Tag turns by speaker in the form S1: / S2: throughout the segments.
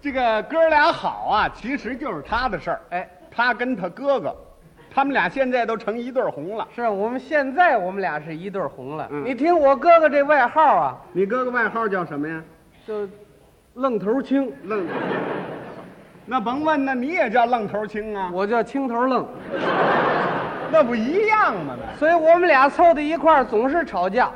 S1: 这个哥俩好啊，其实就是他的事儿。
S2: 哎，
S1: 他跟他哥哥，他们俩现在都成一对儿红了。
S2: 是啊我们现在我们俩是一对儿红了。
S1: 嗯
S2: 你听我哥哥这外号啊，
S1: 你哥哥外号叫什么呀？
S2: 就愣头青，
S1: 愣头青。那甭问，那你也叫愣头青啊？
S2: 我叫青头愣，
S1: 那不一样吗？那
S2: 所以我们俩凑在一块儿总是吵架。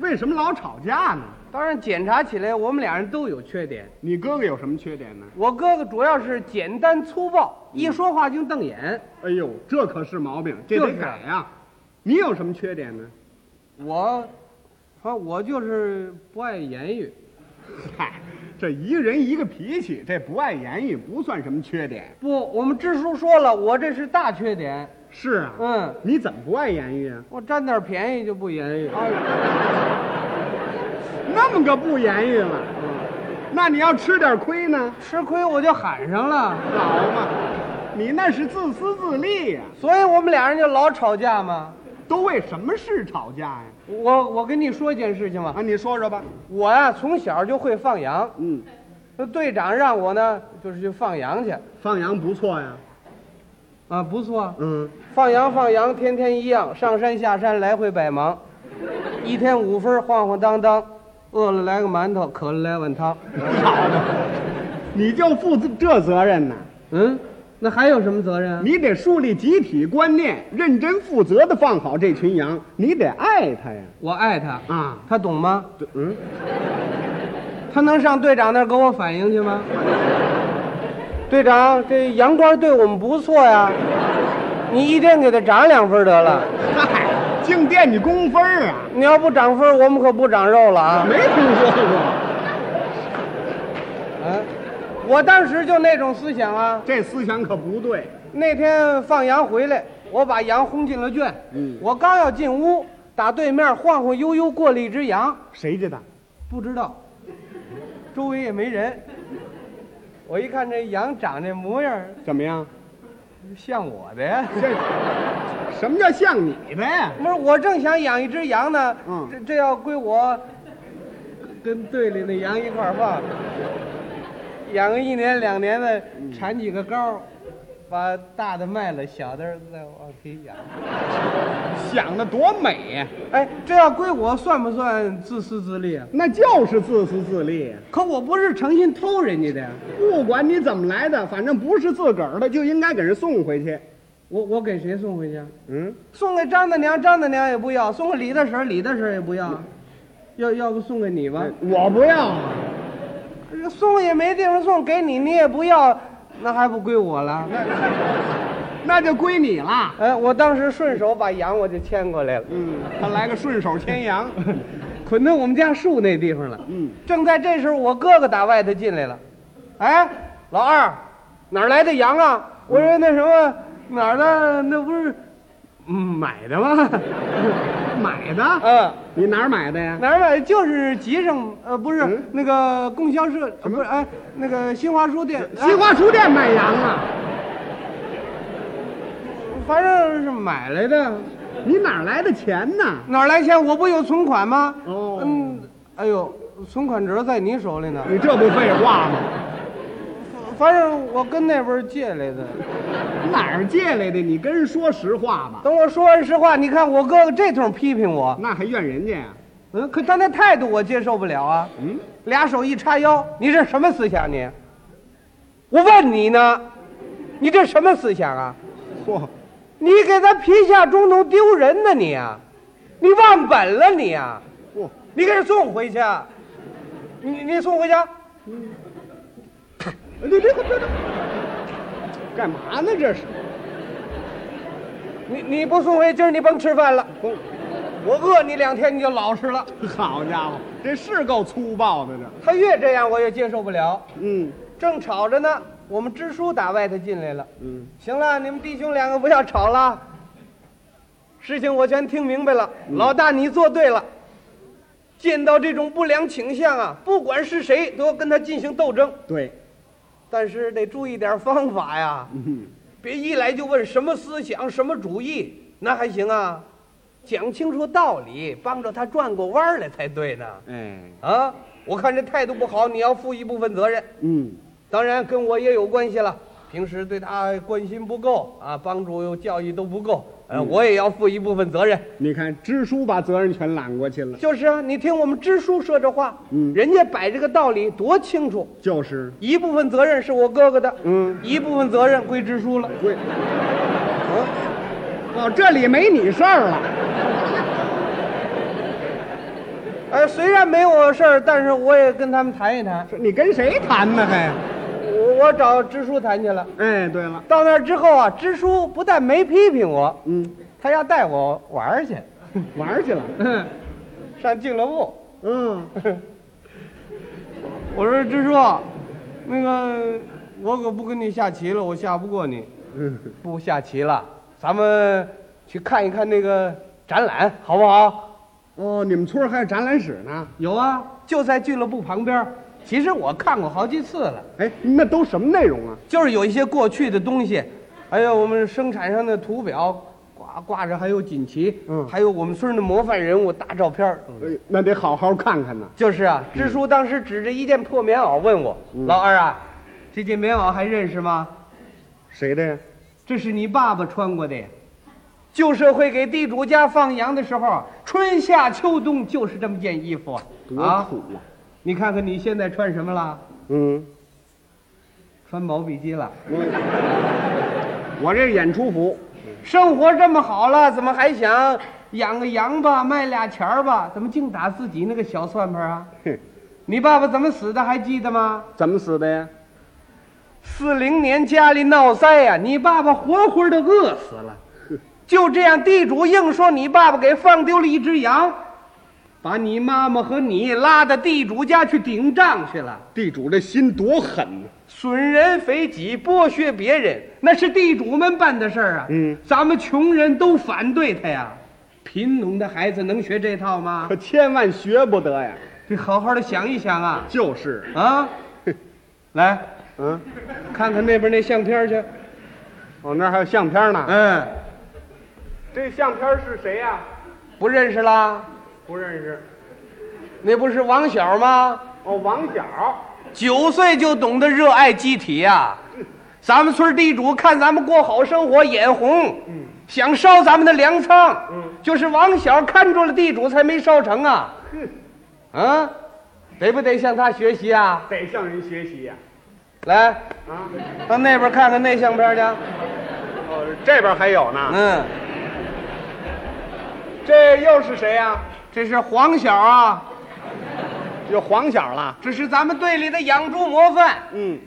S1: 为什么老吵架呢？
S2: 当然，检查起来我们俩人都有缺点。
S1: 你哥哥有什么缺点呢？
S2: 我哥哥主要是简单粗暴，一说话就瞪眼。
S1: 哎呦，这可是毛病，这
S2: 就
S1: 得
S2: 是
S1: 改呀、你有什么缺点呢？
S2: 我，啊，我就是不爱言语。
S1: 嗨，这一人一个脾气，这不爱言语不算什么缺点。
S2: 不，我们支书说了，我这是大缺点。
S1: 是啊，
S2: 嗯，
S1: 你怎么不爱言语啊？
S2: 我占点便宜就不言语。
S1: 那么个不言语了，那你要吃点亏呢？
S2: 吃亏我就喊上了，
S1: 好嘛，你那是自私自利呀、
S2: 所以我们俩人就老吵架嘛。
S1: 都为什么事吵架呀、
S2: 我我跟你说一件事情吧，
S1: 啊，你说说吧。
S2: 我呀、从小就会放羊，
S1: 嗯，
S2: 那队长让我呢就是去放羊去，
S1: 放羊不错呀。
S2: 啊不错，
S1: 嗯，
S2: 放羊放羊天天一样，上山下山来回百忙，一天五分晃晃荡荡，饿了来个馒头，渴了来碗汤，
S1: 好嘛，你就负这责任呢、
S2: 嗯，那还有什么责任？啊
S1: 你得树立集体观念，认真负责的放好这群羊，你得爱它呀。
S2: 我爱他，
S1: 啊，
S2: 他懂吗？
S1: 这嗯，
S2: 他能上队长那儿给我反映去吗？队长，这羊倌对我们不错呀，你一天给他涨两分得了。
S1: 嗨，净惦记公分儿啊，
S2: 你要不涨分，我们可不长肉了啊！
S1: 没听说过。
S2: 嗯，我当时就那种思想啊。
S1: 这思想可不对。
S2: 那天放羊回来，我把羊轰进了圈。
S1: 嗯
S2: 我刚要进屋，打对面晃晃悠悠过了一只羊，
S1: 谁知道？
S2: 不知道，周围也没人。我一看这羊长这模样儿，
S1: 怎么样？
S2: 像我的呀。
S1: 这什么叫像你的呀？
S2: 不是，我正想养一只羊呢，
S1: 嗯
S2: 这这要归我跟队里那羊一块儿放，养个一年两年的，产几个羔儿，把大的卖了，小的再往里养。
S1: 想的多美啊呀、
S2: 哎，这要归我算不算自私自利啊？
S1: 那就是自私自利呀、
S2: 可我不是诚心偷人家的呀，
S1: 不管你怎么来的，反正不是自个儿的，就应该给人送回去。
S2: 我我给谁送回去啊？
S1: 嗯，
S2: 送给张大娘，张大娘也不要；送给李大婶儿，李大婶儿也不要。要要不送给你吧？
S1: 我不要啊。
S2: 哎送也没地方送，给你你也不要，那还不归我了？
S1: 那就归你了。
S2: 哎，我当时顺手把羊我就牵过来了，
S1: 嗯，他来个顺手牵羊。
S2: 捆到我们家树那地方了。
S1: 嗯，
S2: 正在这时候，我哥哥打外头进来了，哎，老二，哪儿来的羊啊？我说那什么哪儿的，那不是嗯买的吗？
S1: 买的？
S2: 嗯，
S1: 你哪儿买的呀？
S2: 哪儿买的就是集上，呃，不是、
S1: 嗯
S2: 那个供销社，呃不是哎，那个新华书店，
S1: 西
S2: 哎
S1: 华书店卖羊啊？
S2: 反正是买来的。
S1: 你哪儿来的钱呢？
S2: 哪儿来钱？我不有存款吗？
S1: 哦
S2: 嗯，哎呦，存款折在你手里呢。
S1: 你这不废话吗？
S2: 反正我跟那边儿借来的。
S1: 哪儿借来的？你跟人说实话吧。
S2: 等我说完实话，你看我哥哥这通批评我，
S1: 那还怨人家呀？
S2: 嗯，可他那态度我接受不了啊。
S1: 嗯，
S2: 俩手一叉腰，你这什么思想你？我问你呢，你这什么思想啊？
S1: 嚯，
S2: 你给咱皮下中农丢人呢你啊！你忘本了你啊！
S1: 嚯，
S2: 你给人送回去啊，你你送回家。
S1: 你这个这个干嘛呢？这是
S2: 你你不送回，今儿你甭吃饭了。
S1: 不
S2: 我饿你两天，你就老实了。
S1: 好家伙，这是够粗暴的这。
S2: 他越这样，我越接受不了。
S1: 嗯
S2: 正吵着呢，我们支书打外头进来了。
S1: 嗯，
S2: 行了，你们弟兄两个不要吵了，事情我全听明白了。老大，你做对了。见到这种不良倾向啊，不管是谁，都要跟他进行斗争，
S1: 对，
S2: 但是得注意点方法呀，
S1: 嗯，
S2: 别一来就问什么思想、什么主义，那还行啊。讲清楚道理，帮着他转过弯儿来才对呢。
S1: 哎，
S2: 啊，我看这态度不好，你要负一部分责任。
S1: 嗯，
S2: 当然跟我也有关系了。平时对他关心不够啊，帮助又教育都不够，呃，
S1: 嗯
S2: 我也要负一部分责任。
S1: 你看，支书把责任全揽过去了。
S2: 就是啊，你听我们支书说这话，
S1: 嗯
S2: 人家摆这个道理多清楚，
S1: 就是，
S2: 一部分责任是我哥哥的，
S1: 嗯，
S2: 一部分责任归支书了。
S1: 归。哦，这里没你事儿了。
S2: 呃，虽然没我事儿，但是我也跟他们谈一谈，
S1: 你跟谁谈呢？还？
S2: 我我找支书谈去了。
S1: 哎，对了，
S2: 到那儿之后啊，支书不但没批评我，
S1: 嗯，
S2: 他要带我玩儿去，
S1: 玩儿去了。
S2: 嗯上俱乐部。
S1: 嗯，
S2: 我说支书，那个我可不跟你下棋了，我下不过你，
S1: 嗯
S2: 不下棋了，咱们去看一看那个展览，好不好？
S1: 哦，你们村儿还有展览室呢。
S2: 有啊，就在俱乐部旁边儿。其实我看过好几次了，
S1: 哎，那都什么内容啊？
S2: 就是有一些过去的东西，还有我们生产上的图表，挂挂着还有锦旗，
S1: 嗯
S2: 还有我们村儿的模范人物大照片儿。嗯
S1: 哎，那得好好看看呐。
S2: 就是啊，支书当时指着一件破棉袄问我：“老二啊，这件棉袄还认识吗？
S1: 谁的呀？
S2: 这是你爸爸穿过的呀。旧社会给地主家放羊的时候，春夏秋冬就是这么件衣服啊
S1: 多
S2: 啊！
S1: 苦啊！
S2: 你看看你现在穿什么了？
S1: 嗯，
S2: 穿毛笔机了。
S1: 我我这是演出服。
S2: 生活这么好了，怎么还想养个羊吧，卖俩钱儿吧？怎么净打自己那个小算盘啊？
S1: 哼，
S2: 你爸爸怎么死的还记得吗？
S1: 怎么死的呀？
S2: 四零年家里闹灾呀、你爸爸活活的饿死了。就这样，地主硬说你爸爸给放丢了一只羊，把你妈妈和你拉到地主家去顶账去了。
S1: 地主这心多狠呐、
S2: 损人肥己，剥削别人，那是地主们办的事儿啊。
S1: 嗯，
S2: 咱们穷人都反对他呀。贫农的孩子能学这套吗
S1: 可？千万学不得呀！
S2: 得好好的想一想啊
S1: 就是，
S2: 啊！来，
S1: 嗯，
S2: 看看那边那相片去。
S1: 我、那儿还有相片呢。
S2: 嗯，
S1: 这相片是谁呀、
S2: 不认识啦。
S1: 不认识。
S2: 那不是王小吗？
S1: 哦，王小。
S2: 九岁就懂得热爱集体呀、咱们村地主看咱们过好生活，眼红，想烧咱们的粮仓，就是王小看住了地主，才没烧成啊。啊，得不得向他学习啊？
S1: 得向人学习呀、
S2: 来，
S1: 啊！
S2: 到那边看看那相片去。
S1: 哦，这边还有呢。
S2: 嗯，
S1: 这又是谁呀、
S2: 这是黄小啊，
S1: 有黄小了。
S2: 这是咱们队里的养猪模范，
S1: 嗯，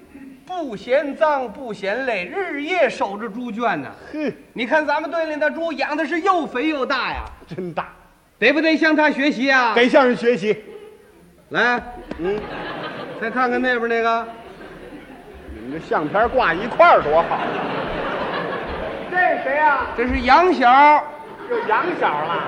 S2: 不嫌脏不嫌累，日夜守着猪圈呢、
S1: 哼，
S2: 你看咱们队里的猪养的是又肥又大呀，
S1: 真大，
S2: 得不得向他学习啊？
S1: 得向人学习。
S2: 来，
S1: 嗯，
S2: 再看看那边那个，
S1: 你们这相片挂一块儿多好。这是谁呀、
S2: 这是杨小，
S1: 有杨小了。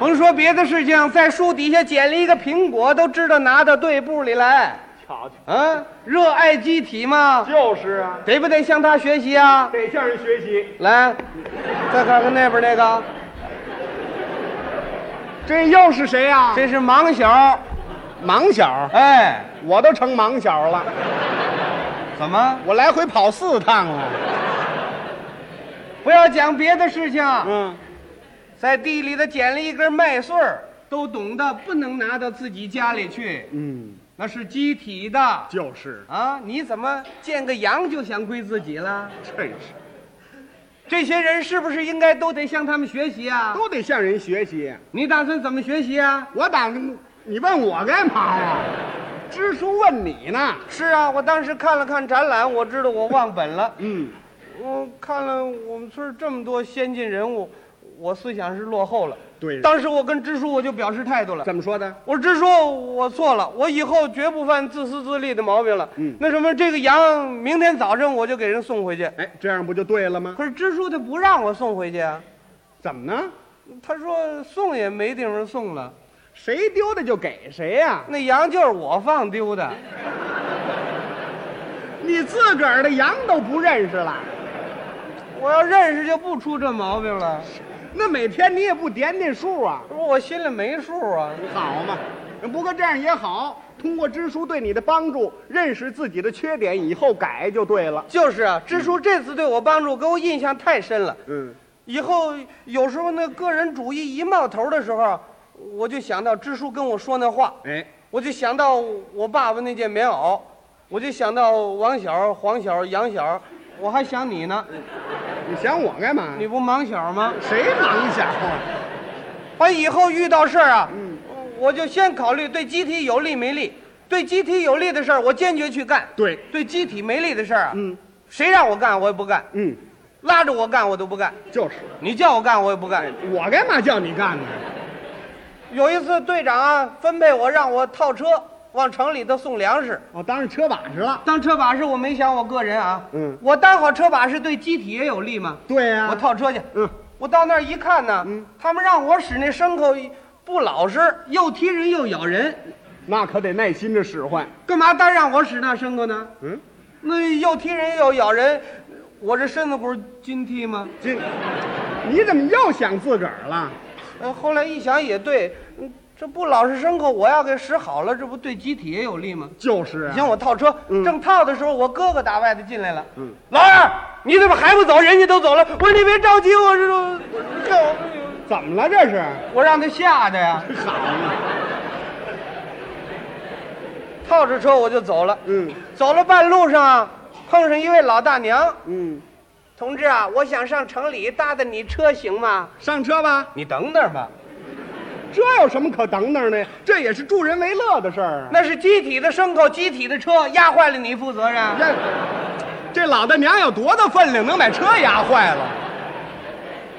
S2: 甭说别的事情，在树底下捡了一个苹果，都知道拿到队部里来。
S1: 瞧瞧，
S2: 啊，热爱集体嘛，
S1: 就是啊，
S2: 得不得向他学习啊？
S1: 得向人学习。
S2: 来，再看看那边那个，
S1: 这又是谁呀、
S2: 这是盲小，
S1: 盲小，
S2: 哎，
S1: 我都成盲小了，
S2: 怎么？
S1: 我来回跑四趟了。
S2: 不要讲别的事情，啊
S1: 嗯，
S2: 在地里头捡了一根麦穗儿，都懂得不能拿到自己家里去。
S1: 嗯，
S2: 那是机体的
S1: 就是，
S2: 啊！你怎么见个羊就想归自己了？
S1: 真是，
S2: 这些人是不是应该都得向他们学习啊？
S1: 都得向人学习。
S2: 你打算怎么学习啊？
S1: 我打，你问我干嘛呀？支书问你呢。。
S2: 是啊，我当时看了看展览，我知道我忘本了
S1: 嗯，
S2: 我看了我们村儿这么多先进人物，我思想是落后了。
S1: 对
S2: 当时我跟支书我就表示态度了。
S1: 怎么说的？
S2: 我支书，我错了，我以后绝不犯自私自利的毛病了。
S1: 嗯
S2: 那什么，这个羊明天早上我就给人送回去。
S1: 哎，这样不就对了吗？
S2: 可是支书他不让我送回去啊。
S1: 怎么呢？
S2: 他说送也没地方送了，
S1: 谁丢的就给谁呀、
S2: 那羊就是我放丢的。
S1: 你自个儿的羊都不认识了，
S2: 我要认识就不出这毛病了。
S1: 那每天你也不点点数啊？
S2: 我说我心里没数啊，
S1: 好嘛，不过这样也好，通过支书对你的帮助，认识自己的缺点，以后改就对了。
S2: 就是啊，支书这次对我帮助给我印象太深了。
S1: 嗯，
S2: 以后有时候那个人主义一冒头的时候，我就想到支书跟我说那话，
S1: 哎，
S2: 我就想到我爸爸那件棉袄，我就想到王小、黄小、杨小，我还想你呢，
S1: 你想我干嘛？
S2: 你不忙小吗？
S1: 谁能想啊？
S2: 我以后遇到事儿啊，我就先考虑对集体有利没利，对集体有利的事儿我坚决去干，
S1: 对，
S2: 对集体没利的事儿啊，
S1: 嗯
S2: 谁让我干我也不干，
S1: 嗯，
S2: 拉着我干我都不干，
S1: 就是
S2: 你叫我干我也不干。
S1: 我干嘛叫你干呢？
S2: 有一次，队长啊分配我让我套车往城里头送粮食，
S1: 哦，当上车把式了。
S2: 当车把式我没想我个人啊，
S1: 嗯
S2: 我当好车把式对集体也有利嘛，
S1: 对呀、
S2: 我套车去，
S1: 嗯，
S2: 我到那儿一看呢，
S1: 嗯
S2: 他们让我使那牲口不老实，又踢人又咬人，
S1: 那可得耐心的使唤。
S2: 干嘛单让我使那牲口呢？
S1: 嗯，
S2: 那又踢人又咬人，我这身子不是筋踢吗？
S1: 这，你怎么又想自个儿了？
S2: 呃，后来一想也对，嗯这不老实牲口我要给使好了，这不对集体也有利吗？
S1: 就是
S2: 行，我套车，
S1: 嗯
S2: 正套的时候，我哥哥打外头进来了。
S1: 嗯，
S2: 老二，你怎么还不走？人家都走了。我说你别着急，我这我这
S1: 怎么了这是？
S2: 我让他吓的呀。
S1: 好嘛，
S2: 套着车我就走了。
S1: 嗯
S2: 走了半路上啊，碰上一位老大娘，
S1: 嗯，
S2: 同志啊，我想上城里搭搭你车行吗？
S1: 上车吧，
S2: 你等等吧，
S1: 这有什么可等等的？这也是助人为乐的事儿啊。
S2: 那是集体的牲口，集体的车，压坏了你负责任。
S1: 嗯这这老大娘有多大分量，能把车压坏了？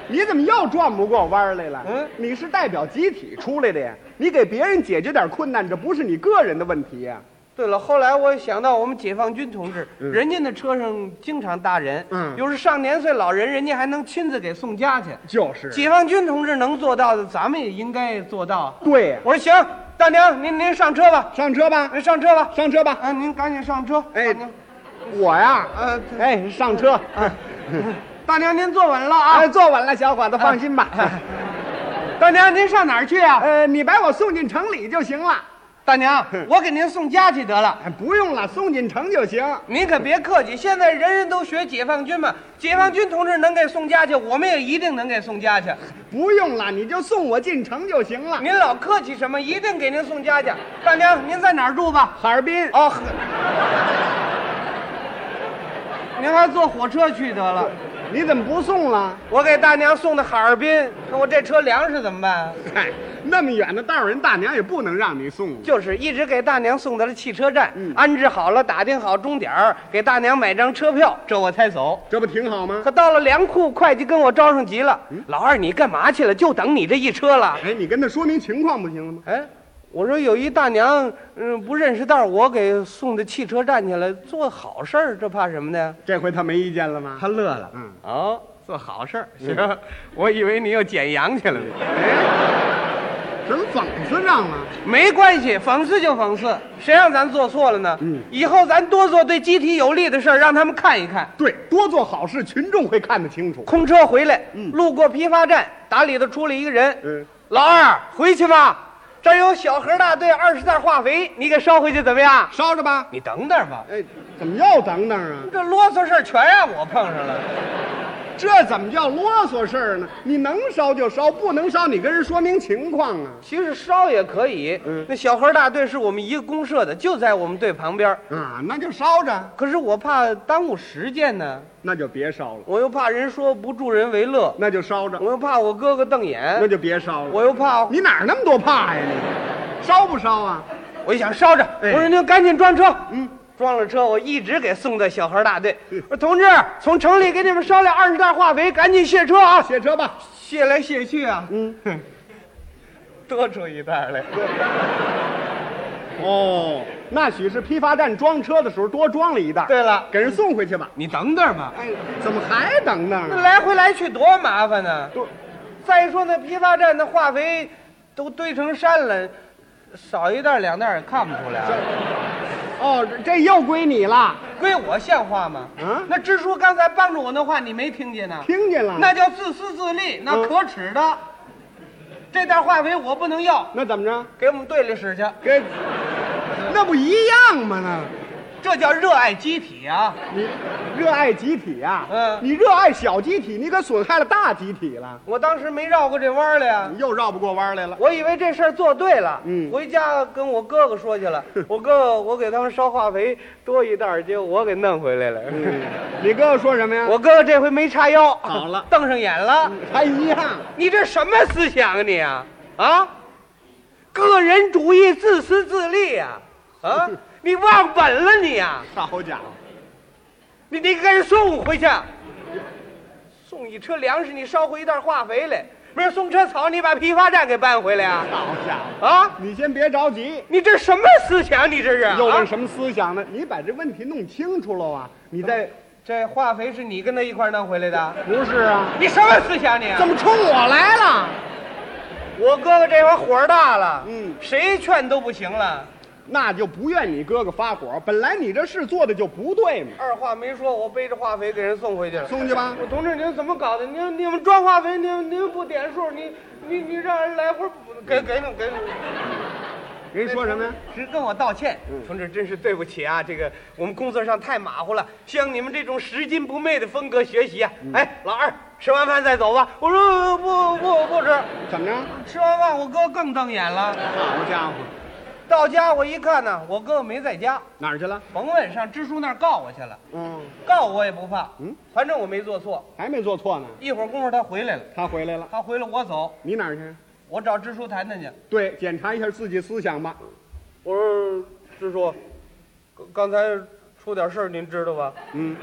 S1: 你怎么又转不过弯儿来了？
S2: 嗯
S1: 你是代表集体出来的呀，你给别人解决点困难，这不是你个人的问题呀、
S2: 对了，后来我想到我们解放军同志，
S1: 嗯
S2: 人家那车上经常搭人，
S1: 嗯
S2: 有时上年岁老人，人家还能亲自给送家去。
S1: 就是
S2: 解放军同志能做到的，咱们也应该做到。
S1: 对呀，
S2: 我说行，大娘，您您上车吧，
S1: 上车吧，
S2: 您上车吧，
S1: 上车吧。
S2: 啊，您赶紧上车。
S1: 哎
S2: 大娘，
S1: 我呀，
S2: 呃，
S1: 哎，上车。
S2: 大娘您坐稳了啊
S1: 哎，。坐稳了，小伙子，放心吧。
S2: 大娘您上哪儿去啊？
S1: 呃，你把我送进城里就行了，
S2: 大娘，我给您送家去得了。
S1: 哎，不用了，送进城就行。
S2: 您可别客气，现在人人都学解放军嘛，解放军同志能给送家去，我们也一定能给送家去。
S1: 不用了，你就送我进城就行了。
S2: 您老客气什么？一定给您送家去。大娘，您在哪儿住吧？
S1: 哈尔滨，
S2: 哦，呵您还坐火车去得了。
S1: 你怎么不送了？
S2: 我给大娘送到哈尔滨，那我这车粮食怎么办？啊
S1: 嗨，哎那么远的道儿，人大娘也不能让你送。
S2: 就是一直给大娘送到了汽车站，安置好了，打听好终点儿，给大娘买张车票，这我才走。
S1: 这不挺好吗
S2: 可？到了粮库，会计跟我招上急了：“老二，你干嘛去了？就等你这一车了。
S1: 哎，你跟他说明情况不行了吗？”
S2: 哎，我说有一大娘，嗯，不认识道，我给送到汽车站去了，做好事儿，这怕什么呢？
S1: 这回他没意见了吗？
S2: 他乐了，
S1: 嗯，
S2: 哦，做好事儿，行，我以为你又捡羊去了呢。
S1: 什么讽刺上了？
S2: 没关系，讽刺就讽刺，谁让咱做错了呢？
S1: 嗯
S2: 以后咱多做对集体有利的事儿，让他们看一看。
S1: 对，多做好事，群众会看得清楚。
S2: 空车回来，
S1: 嗯
S2: 路过批发站，打里头出来一个人，
S1: 嗯，
S2: 老二回去吧，这儿有小盒大队二十袋化肥，你给捎回去怎么样？
S1: 烧着吧。
S2: 你等等吧，
S1: 哎，怎么又等等啊？
S2: 这啰嗦事儿全让我碰上了。
S1: 这怎么叫啰嗦事儿呢？你能烧就烧，不能烧你跟人说明情况啊。
S2: 其实烧也可以，
S1: 嗯
S2: 那小盒大队是我们一个公社的，就在我们队旁边儿。
S1: 啊，那就烧着，
S2: 可是我怕耽误时间呢，
S1: 那就别烧了，
S2: 我又怕人说不助人为乐，
S1: 那就烧着，
S2: 我又怕我哥哥瞪眼，
S1: 那就别烧了。
S2: 我又怕，
S1: 你哪儿那么多怕呀你？烧不烧啊？
S2: 我一想烧着，
S1: 哎
S2: 我说您赶紧装车，
S1: 嗯，
S2: 装了车，我一直给送到小河大队。我说同志，从城里给你们捎来二十袋化肥，赶紧卸车啊！
S1: 卸车吧。
S2: 卸来卸去啊，
S1: 嗯，
S2: 多出一袋来。
S1: 哦，那许是批发站装车的时候多装了一袋，
S2: 对了，
S1: 给人送回去吧。
S2: 你等等吧，
S1: 哎，怎么还等等
S2: 那
S1: 啊？
S2: 来回来去多麻烦呢。
S1: 多
S2: 再说那批发站的化肥都堆成山了，少一袋两袋也看不出来啊。
S1: 哦，这这又归你了，
S2: 归我像话吗？
S1: 嗯
S2: 那支书刚才帮着我那话你没听见呢？嗯
S1: 听见了？
S2: 那叫自私自利，那
S1: 嗯
S2: 可耻的。这袋化肥我不能要，
S1: 那怎么着？
S2: 给我们队里使去，
S1: 给，那不一样吗？那。
S2: 这叫热爱集体啊！
S1: 你热爱集体啊？
S2: 嗯
S1: 你热爱小集体，你可损害了大集体了，
S2: 我当时没绕过这弯儿来呀，
S1: 你又绕不过弯儿来了。
S2: 我以为这事儿做对了，
S1: 嗯
S2: 回家跟我哥哥说去 了，我哥我给他们烧化肥多一袋儿，结果我给弄回来了。
S1: 嗯 你跟我说什么呀？
S2: 嗯我哥哥这回没叉腰，
S1: 好了嗯
S2: 瞪上眼了。
S1: 还一样，
S2: 你这什么思想啊你啊啊！个人主义、自私自利呀、啊！ 啊，你忘本了你呀、
S1: 好家伙，
S2: 你你给人送回去，送一车粮食，你捎回一袋化肥来；明儿送车草，你把批发站给搬回来啊！
S1: 好家伙，
S2: 啊，
S1: 你先别着急，
S2: 你这什么思想？你这是、啊？
S1: 又问什么思想呢？你把这问题弄清楚了啊！你再
S2: 这化肥是你跟他一块儿弄回来的？
S1: 不是啊？
S2: 你什么思想你啊？
S1: 怎么冲我来了？
S2: 我哥哥这回火儿大了，
S1: 嗯
S2: 谁劝都不行了。
S1: 那就不怨你哥哥发火，本来你这事做的就不对嘛。
S2: 二话没说，我背着化肥给人送回去了。
S1: 送去吧
S2: 我同志，您怎么搞的？您你们装化肥，您您不点数，你你你让人来回不给给你给你。
S1: 人说什么呀？？
S2: 只跟我道歉，同志，真是对不起啊！这个我们工作上太马虎了，向你们这种拾金不昧的风格学习啊！哎，老二，吃完饭再走吧。我说呃不不不吃，
S1: 怎么着？
S2: 吃完饭我哥更瞪眼了。
S1: 好家伙，
S2: 到家我一看呢，我哥没在家，
S1: 哪儿去了？
S2: 甭问，上支书那儿告我去了，
S1: 嗯，
S2: 告我也不怕，
S1: 嗯，
S2: 反正我没做错。
S1: 还没做错呢。
S2: 一会儿功夫他回来了，
S1: 他回来了，
S2: 他回来我走，
S1: 你哪儿去？
S2: 我找支书谈谈去。
S1: 对，检查一下自己思想吧。
S2: 我说支书，刚才出点事儿，您知道吧？
S1: 嗯，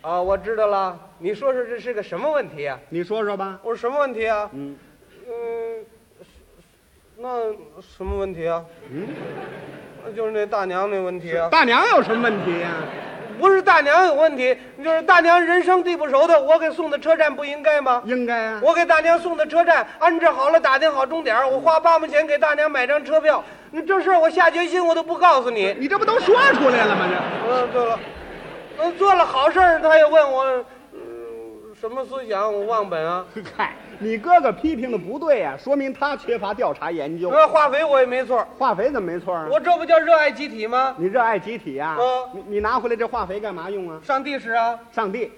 S2: 啊，我知道了。你说说这是个什么问题啊？
S1: 你说说吧。
S2: 我说什么问题啊？
S1: 嗯
S2: 嗯，那什么问题啊？
S1: 嗯，
S2: 就是那大娘那问题啊。
S1: 大娘有什么问题呀、
S2: 不是大娘有问题，就是大娘人生地不熟的，我给送到车站不应该吗？
S1: 应该啊。
S2: 我给大娘送到车站，安置好了，打听好终点儿，我花八毛钱给大娘买张车票。你这事儿我下决心，我都不告诉你。
S1: 你这不都说出来了吗？这
S2: 嗯，对了，嗯，做了好事儿，他也问我，嗯，什么思想？我忘本啊。
S1: 嗨，你哥哥批评的不对呀、说明他缺乏调查研究。
S2: 那化肥我也没错儿，
S1: 化肥怎么没错啊？
S2: 我这不叫热爱集体吗？
S1: 你热爱集体呀、
S2: 嗯
S1: 你你拿回来这化肥干嘛用啊？
S2: 上地使啊，
S1: 上地，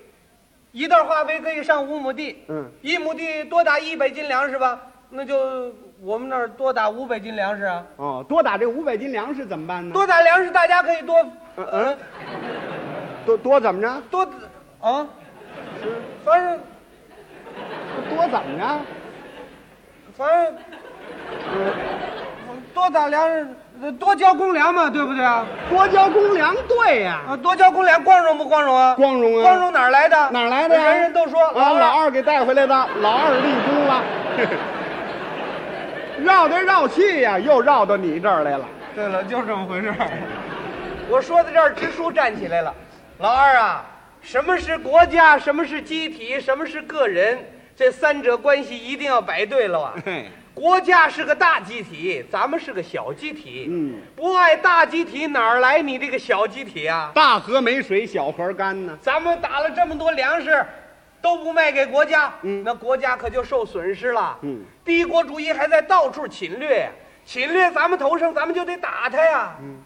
S2: 一袋化肥可以上五亩地，
S1: 嗯，
S2: 一亩地多打一百斤粮食吧，那就我们那儿多打五百斤粮食啊，
S1: 哦，多打这五百斤粮食怎么办呢？
S2: 多打粮食大家可以多，
S1: 嗯
S2: 嗯，
S1: 多多怎么着？
S2: 多，啊，反正
S1: 多怎么着？
S2: 反正，呃多打粮食，多交公粮嘛，对不对啊？
S1: 多交公粮对呀、
S2: 啊，多交公粮光荣不光荣啊？
S1: 光荣啊
S2: 光荣哪儿来的？
S1: 哪儿来的呀、
S2: 人人都说
S1: 啊，老
S2: 老二
S1: 二给带回来的，老二立功了。 绕来绕去呀、又绕到你这儿来了。
S2: 对了，就是这么回事儿。 我说到这儿，支书站起来了。老二啊，什么是国家？什么是集体？什么是个人？这三者关系一定要摆对了啊！
S1: 嘿，
S2: 国家是个大集体，咱们是个小集体。
S1: 嗯，
S2: 不爱大集体，哪儿来你这个小集体啊？
S1: 大河没水小河干呢。
S2: 咱们打了这么多粮食，都不卖给国家，
S1: 嗯
S2: 那国家可就受损失了。
S1: 嗯，
S2: 帝国主义还在到处侵略，侵略咱们头上，咱们就得打他呀。
S1: 嗯，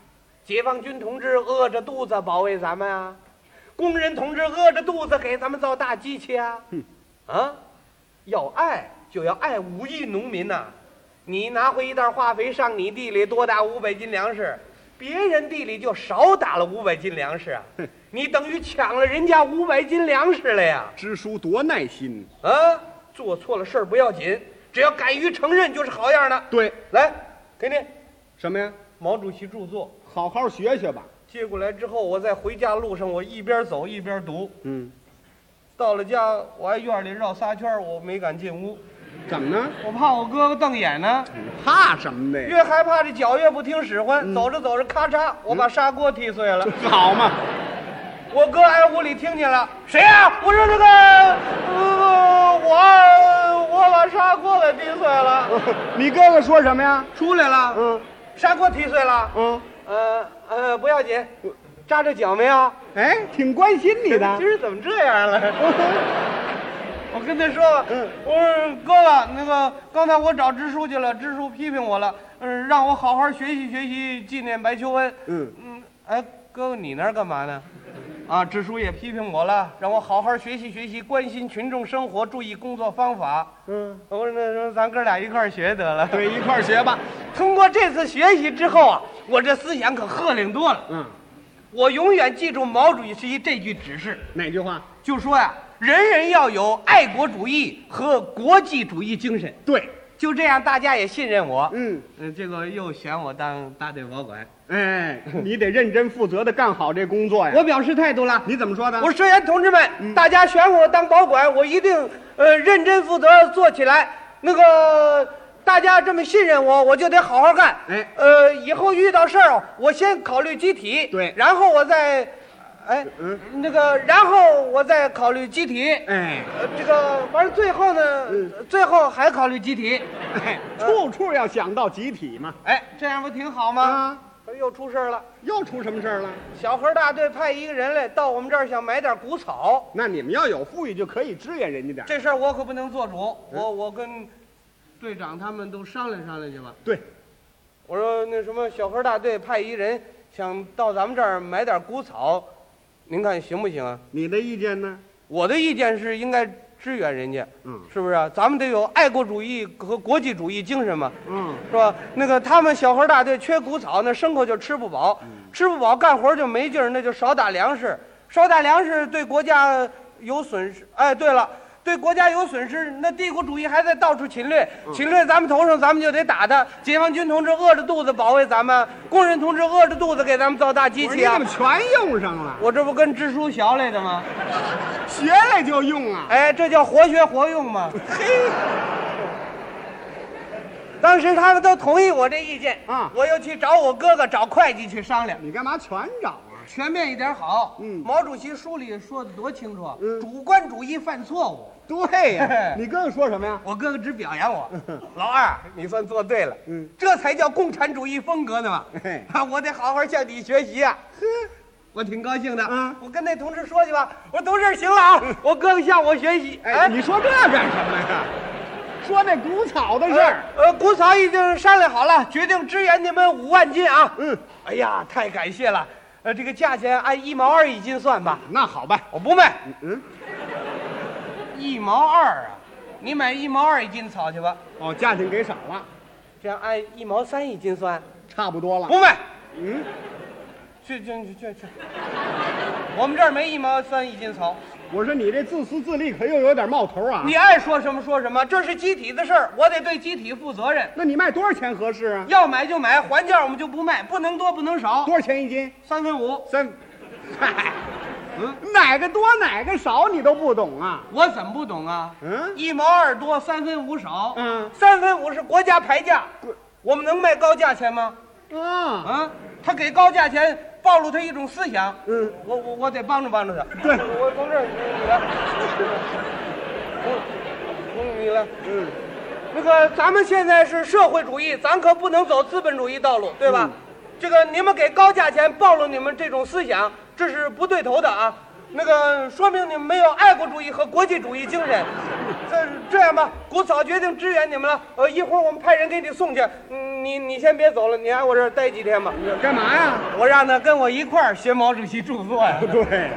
S2: 解放军同志饿着肚子保卫咱们啊，工人同志饿着肚子给咱们造大机器啊。
S1: 哼
S2: 啊，要爱就要爱无义农民呐、你拿回一袋化肥上你地里多打五百斤粮食，别人地里就少打了五百斤粮食啊
S1: 哼！
S2: 你等于抢了人家五百斤粮食了呀！
S1: 支书多耐心。
S2: 啊，做错了事儿不要紧，只要敢于承认就是好样的。
S1: 对，
S2: 来，给你
S1: 什么呀？
S2: 毛主席著作
S1: 好好学学吧。
S2: 接过来之后，我在回家路上我一边走一边读。
S1: 嗯，
S2: 到了家，我还院里绕仨圈儿，我没敢进屋，
S1: 怎么呢？
S2: 我怕我哥哥瞪眼呢。
S1: 怕什么的呀？
S2: 越害怕这脚越不听使唤，走着走着，咔嚓，我把砂锅踢碎了。
S1: 好嘛，
S2: 我哥挨屋里听见了，谁呀、我说这个，呃，我我把砂锅给踢碎了。
S1: 你哥哥说什么呀？
S2: 出来了，
S1: 嗯
S2: 砂锅踢碎了。
S1: 嗯，
S2: 呃呃，不要紧，扎着脚没有？
S1: 哎，挺关心你
S2: 今
S1: 的。
S2: 儿怎么这样了？我跟他说，
S1: 嗯
S2: 我说哥哥，那个刚才我找支书去了，支书批评我了，嗯，让我好好学习学习，纪念白求恩。
S1: 嗯
S2: 嗯，哎，哥哥你那儿干嘛呢？啊，支书也批评我了，让我好好学习学习，关心群众生活，注意工作方法。
S1: 嗯，
S2: 我说那那咱哥俩一块儿学得了。
S1: 对，一块儿学吧。
S2: 通过这次学习之后啊，我这思想可鹤亮多了。
S1: 嗯，
S2: 我永远记住毛主席这句指示，
S1: 哪句话？
S2: 就说呀、人人要有爱国主义和国际主义精神。
S1: 对，
S2: 就这样，大家也信任我。
S1: 嗯，
S2: 嗯，结果又选我当大队保管，
S1: 哎，你得认真负责的干好这工作呀。
S2: 我表示态度了。
S1: 你怎么说的？
S2: 我说社员同志们，
S1: 嗯
S2: 大家选我当保管，我一定呃认真负责做起来。那个大家这么信任我，我就得好好干。
S1: 哎
S2: 呃，以后遇到事儿，我先考虑集体，
S1: 对
S2: 然后我再，哎，
S1: 嗯
S2: 那个，然后我再考虑集体。
S1: 哎，
S2: 呃，这个反正最后呢，
S1: 嗯
S2: 最后还考虑集体。
S1: 哎处处要想到集体嘛。
S2: 哎，这样不挺好吗？
S1: 啊，
S2: 又出事儿了，
S1: 又出什么事儿了？
S2: 小河大队派一个人来到我们这儿，想买点谷草。
S1: 那你们要有富裕就可以支援人家点儿。
S2: 这事儿我可不能做主，我我跟队长他们都商量商量去吧。
S1: 对，
S2: 我说那什么，小河大队派一人想到咱们这儿买点谷草，您看行不行啊？
S1: 你的意见呢？
S2: 我的意见是应该支援人家，
S1: 嗯
S2: 是不是啊？咱们得有爱国主义和国际主义精神嘛，
S1: 嗯，
S2: 是吧？那个他们小河大队缺谷草，那牲口就吃不饱，
S1: 嗯
S2: 吃不饱干活就没劲儿，那就少打粮食，少打粮食对国家有损失。哎，对了，对国家有损失，那帝国主义还在到处侵略，
S1: 嗯
S2: 侵略咱们头上，咱们就得打他。解放军同志饿着肚子保卫咱们，工人同志饿着肚子给咱们造大机
S1: 不是你
S2: 器啊
S1: 怎么！全用上了？
S2: 我这不跟支书学来的吗？
S1: 学来就用啊！
S2: 哎，这叫活学活用嘛。
S1: 嘿，
S2: 当时他们都同意我这意见
S1: 啊
S2: 我又去找我哥哥找会计去商量。
S1: 你干嘛全找啊？
S2: 全面一点好。
S1: 嗯
S2: 毛主席书里说的多清楚，
S1: 嗯
S2: 主观主义犯错误。
S1: 对呀、你哥哥说什么呀？
S2: 我哥哥只表扬我，老二，你算做对了，
S1: 嗯，
S2: 这才叫共产主义风格呢嘛
S1: 嘿。
S2: 啊我得好好向你学习啊。我挺高兴的，
S1: 嗯
S2: 我跟那同志说去吧，我说同志行了啊，我哥哥向我学习。
S1: 哎，你说这干什么呀？说那谷草的事
S2: 是
S1: 儿。，
S2: 呃，谷草已经商量好了，决定支援你们五万斤啊。
S1: 嗯，
S2: 哎呀，太感谢了，呃，这个价钱按一毛二一斤算吧，
S1: 那好办。
S2: 我不卖。
S1: 嗯，
S2: 一毛二啊！你买一毛二一斤草去吧，
S1: 哦，价钱给少了，
S2: 这样按一毛三一斤算。
S1: 差不多了。
S2: 不卖，
S1: 嗯，
S2: 去去去去去！我们这儿没一毛三一斤草，
S1: 我说你这自私自利可又有点冒头啊。
S2: 你爱说什么说什么，这是集体的事儿，我得对集体负责任。
S1: 那你卖多少钱合适啊？
S2: 要买就买，还价我们就不卖，不能多不能少
S1: 多，少钱一斤？
S2: 三分五。
S1: 三， 嗨，
S2: 嗯，
S1: 哪个多哪个少你都不懂啊？
S2: 我怎么不懂啊？
S1: 嗯，
S2: 一毛二多，三分五少。
S1: 嗯
S2: 三分五是国家牌价，我们能卖高价钱吗？
S1: 啊，
S2: 啊，他给高价钱，暴露他一种思想。
S1: 嗯，
S2: 我我我得帮助帮助他。
S1: 对
S2: 我从这儿你来，我我你来。
S1: 嗯，
S2: 那个，咱们现在是社会主义，咱可不能走资本主义道路，对吧？这个你们给高价钱，暴露你们这种思想，这是不对头的啊。那个，说明你们没有爱国主义和国际主义精神。这这样吧，谷草决定支援你们了。呃，一会儿我们派人给你送去。嗯，你你先别走了，你来我这儿待几天吧。
S1: 干嘛呀？
S2: 我让他跟我一块儿学毛主席著作呀。
S1: 对，啊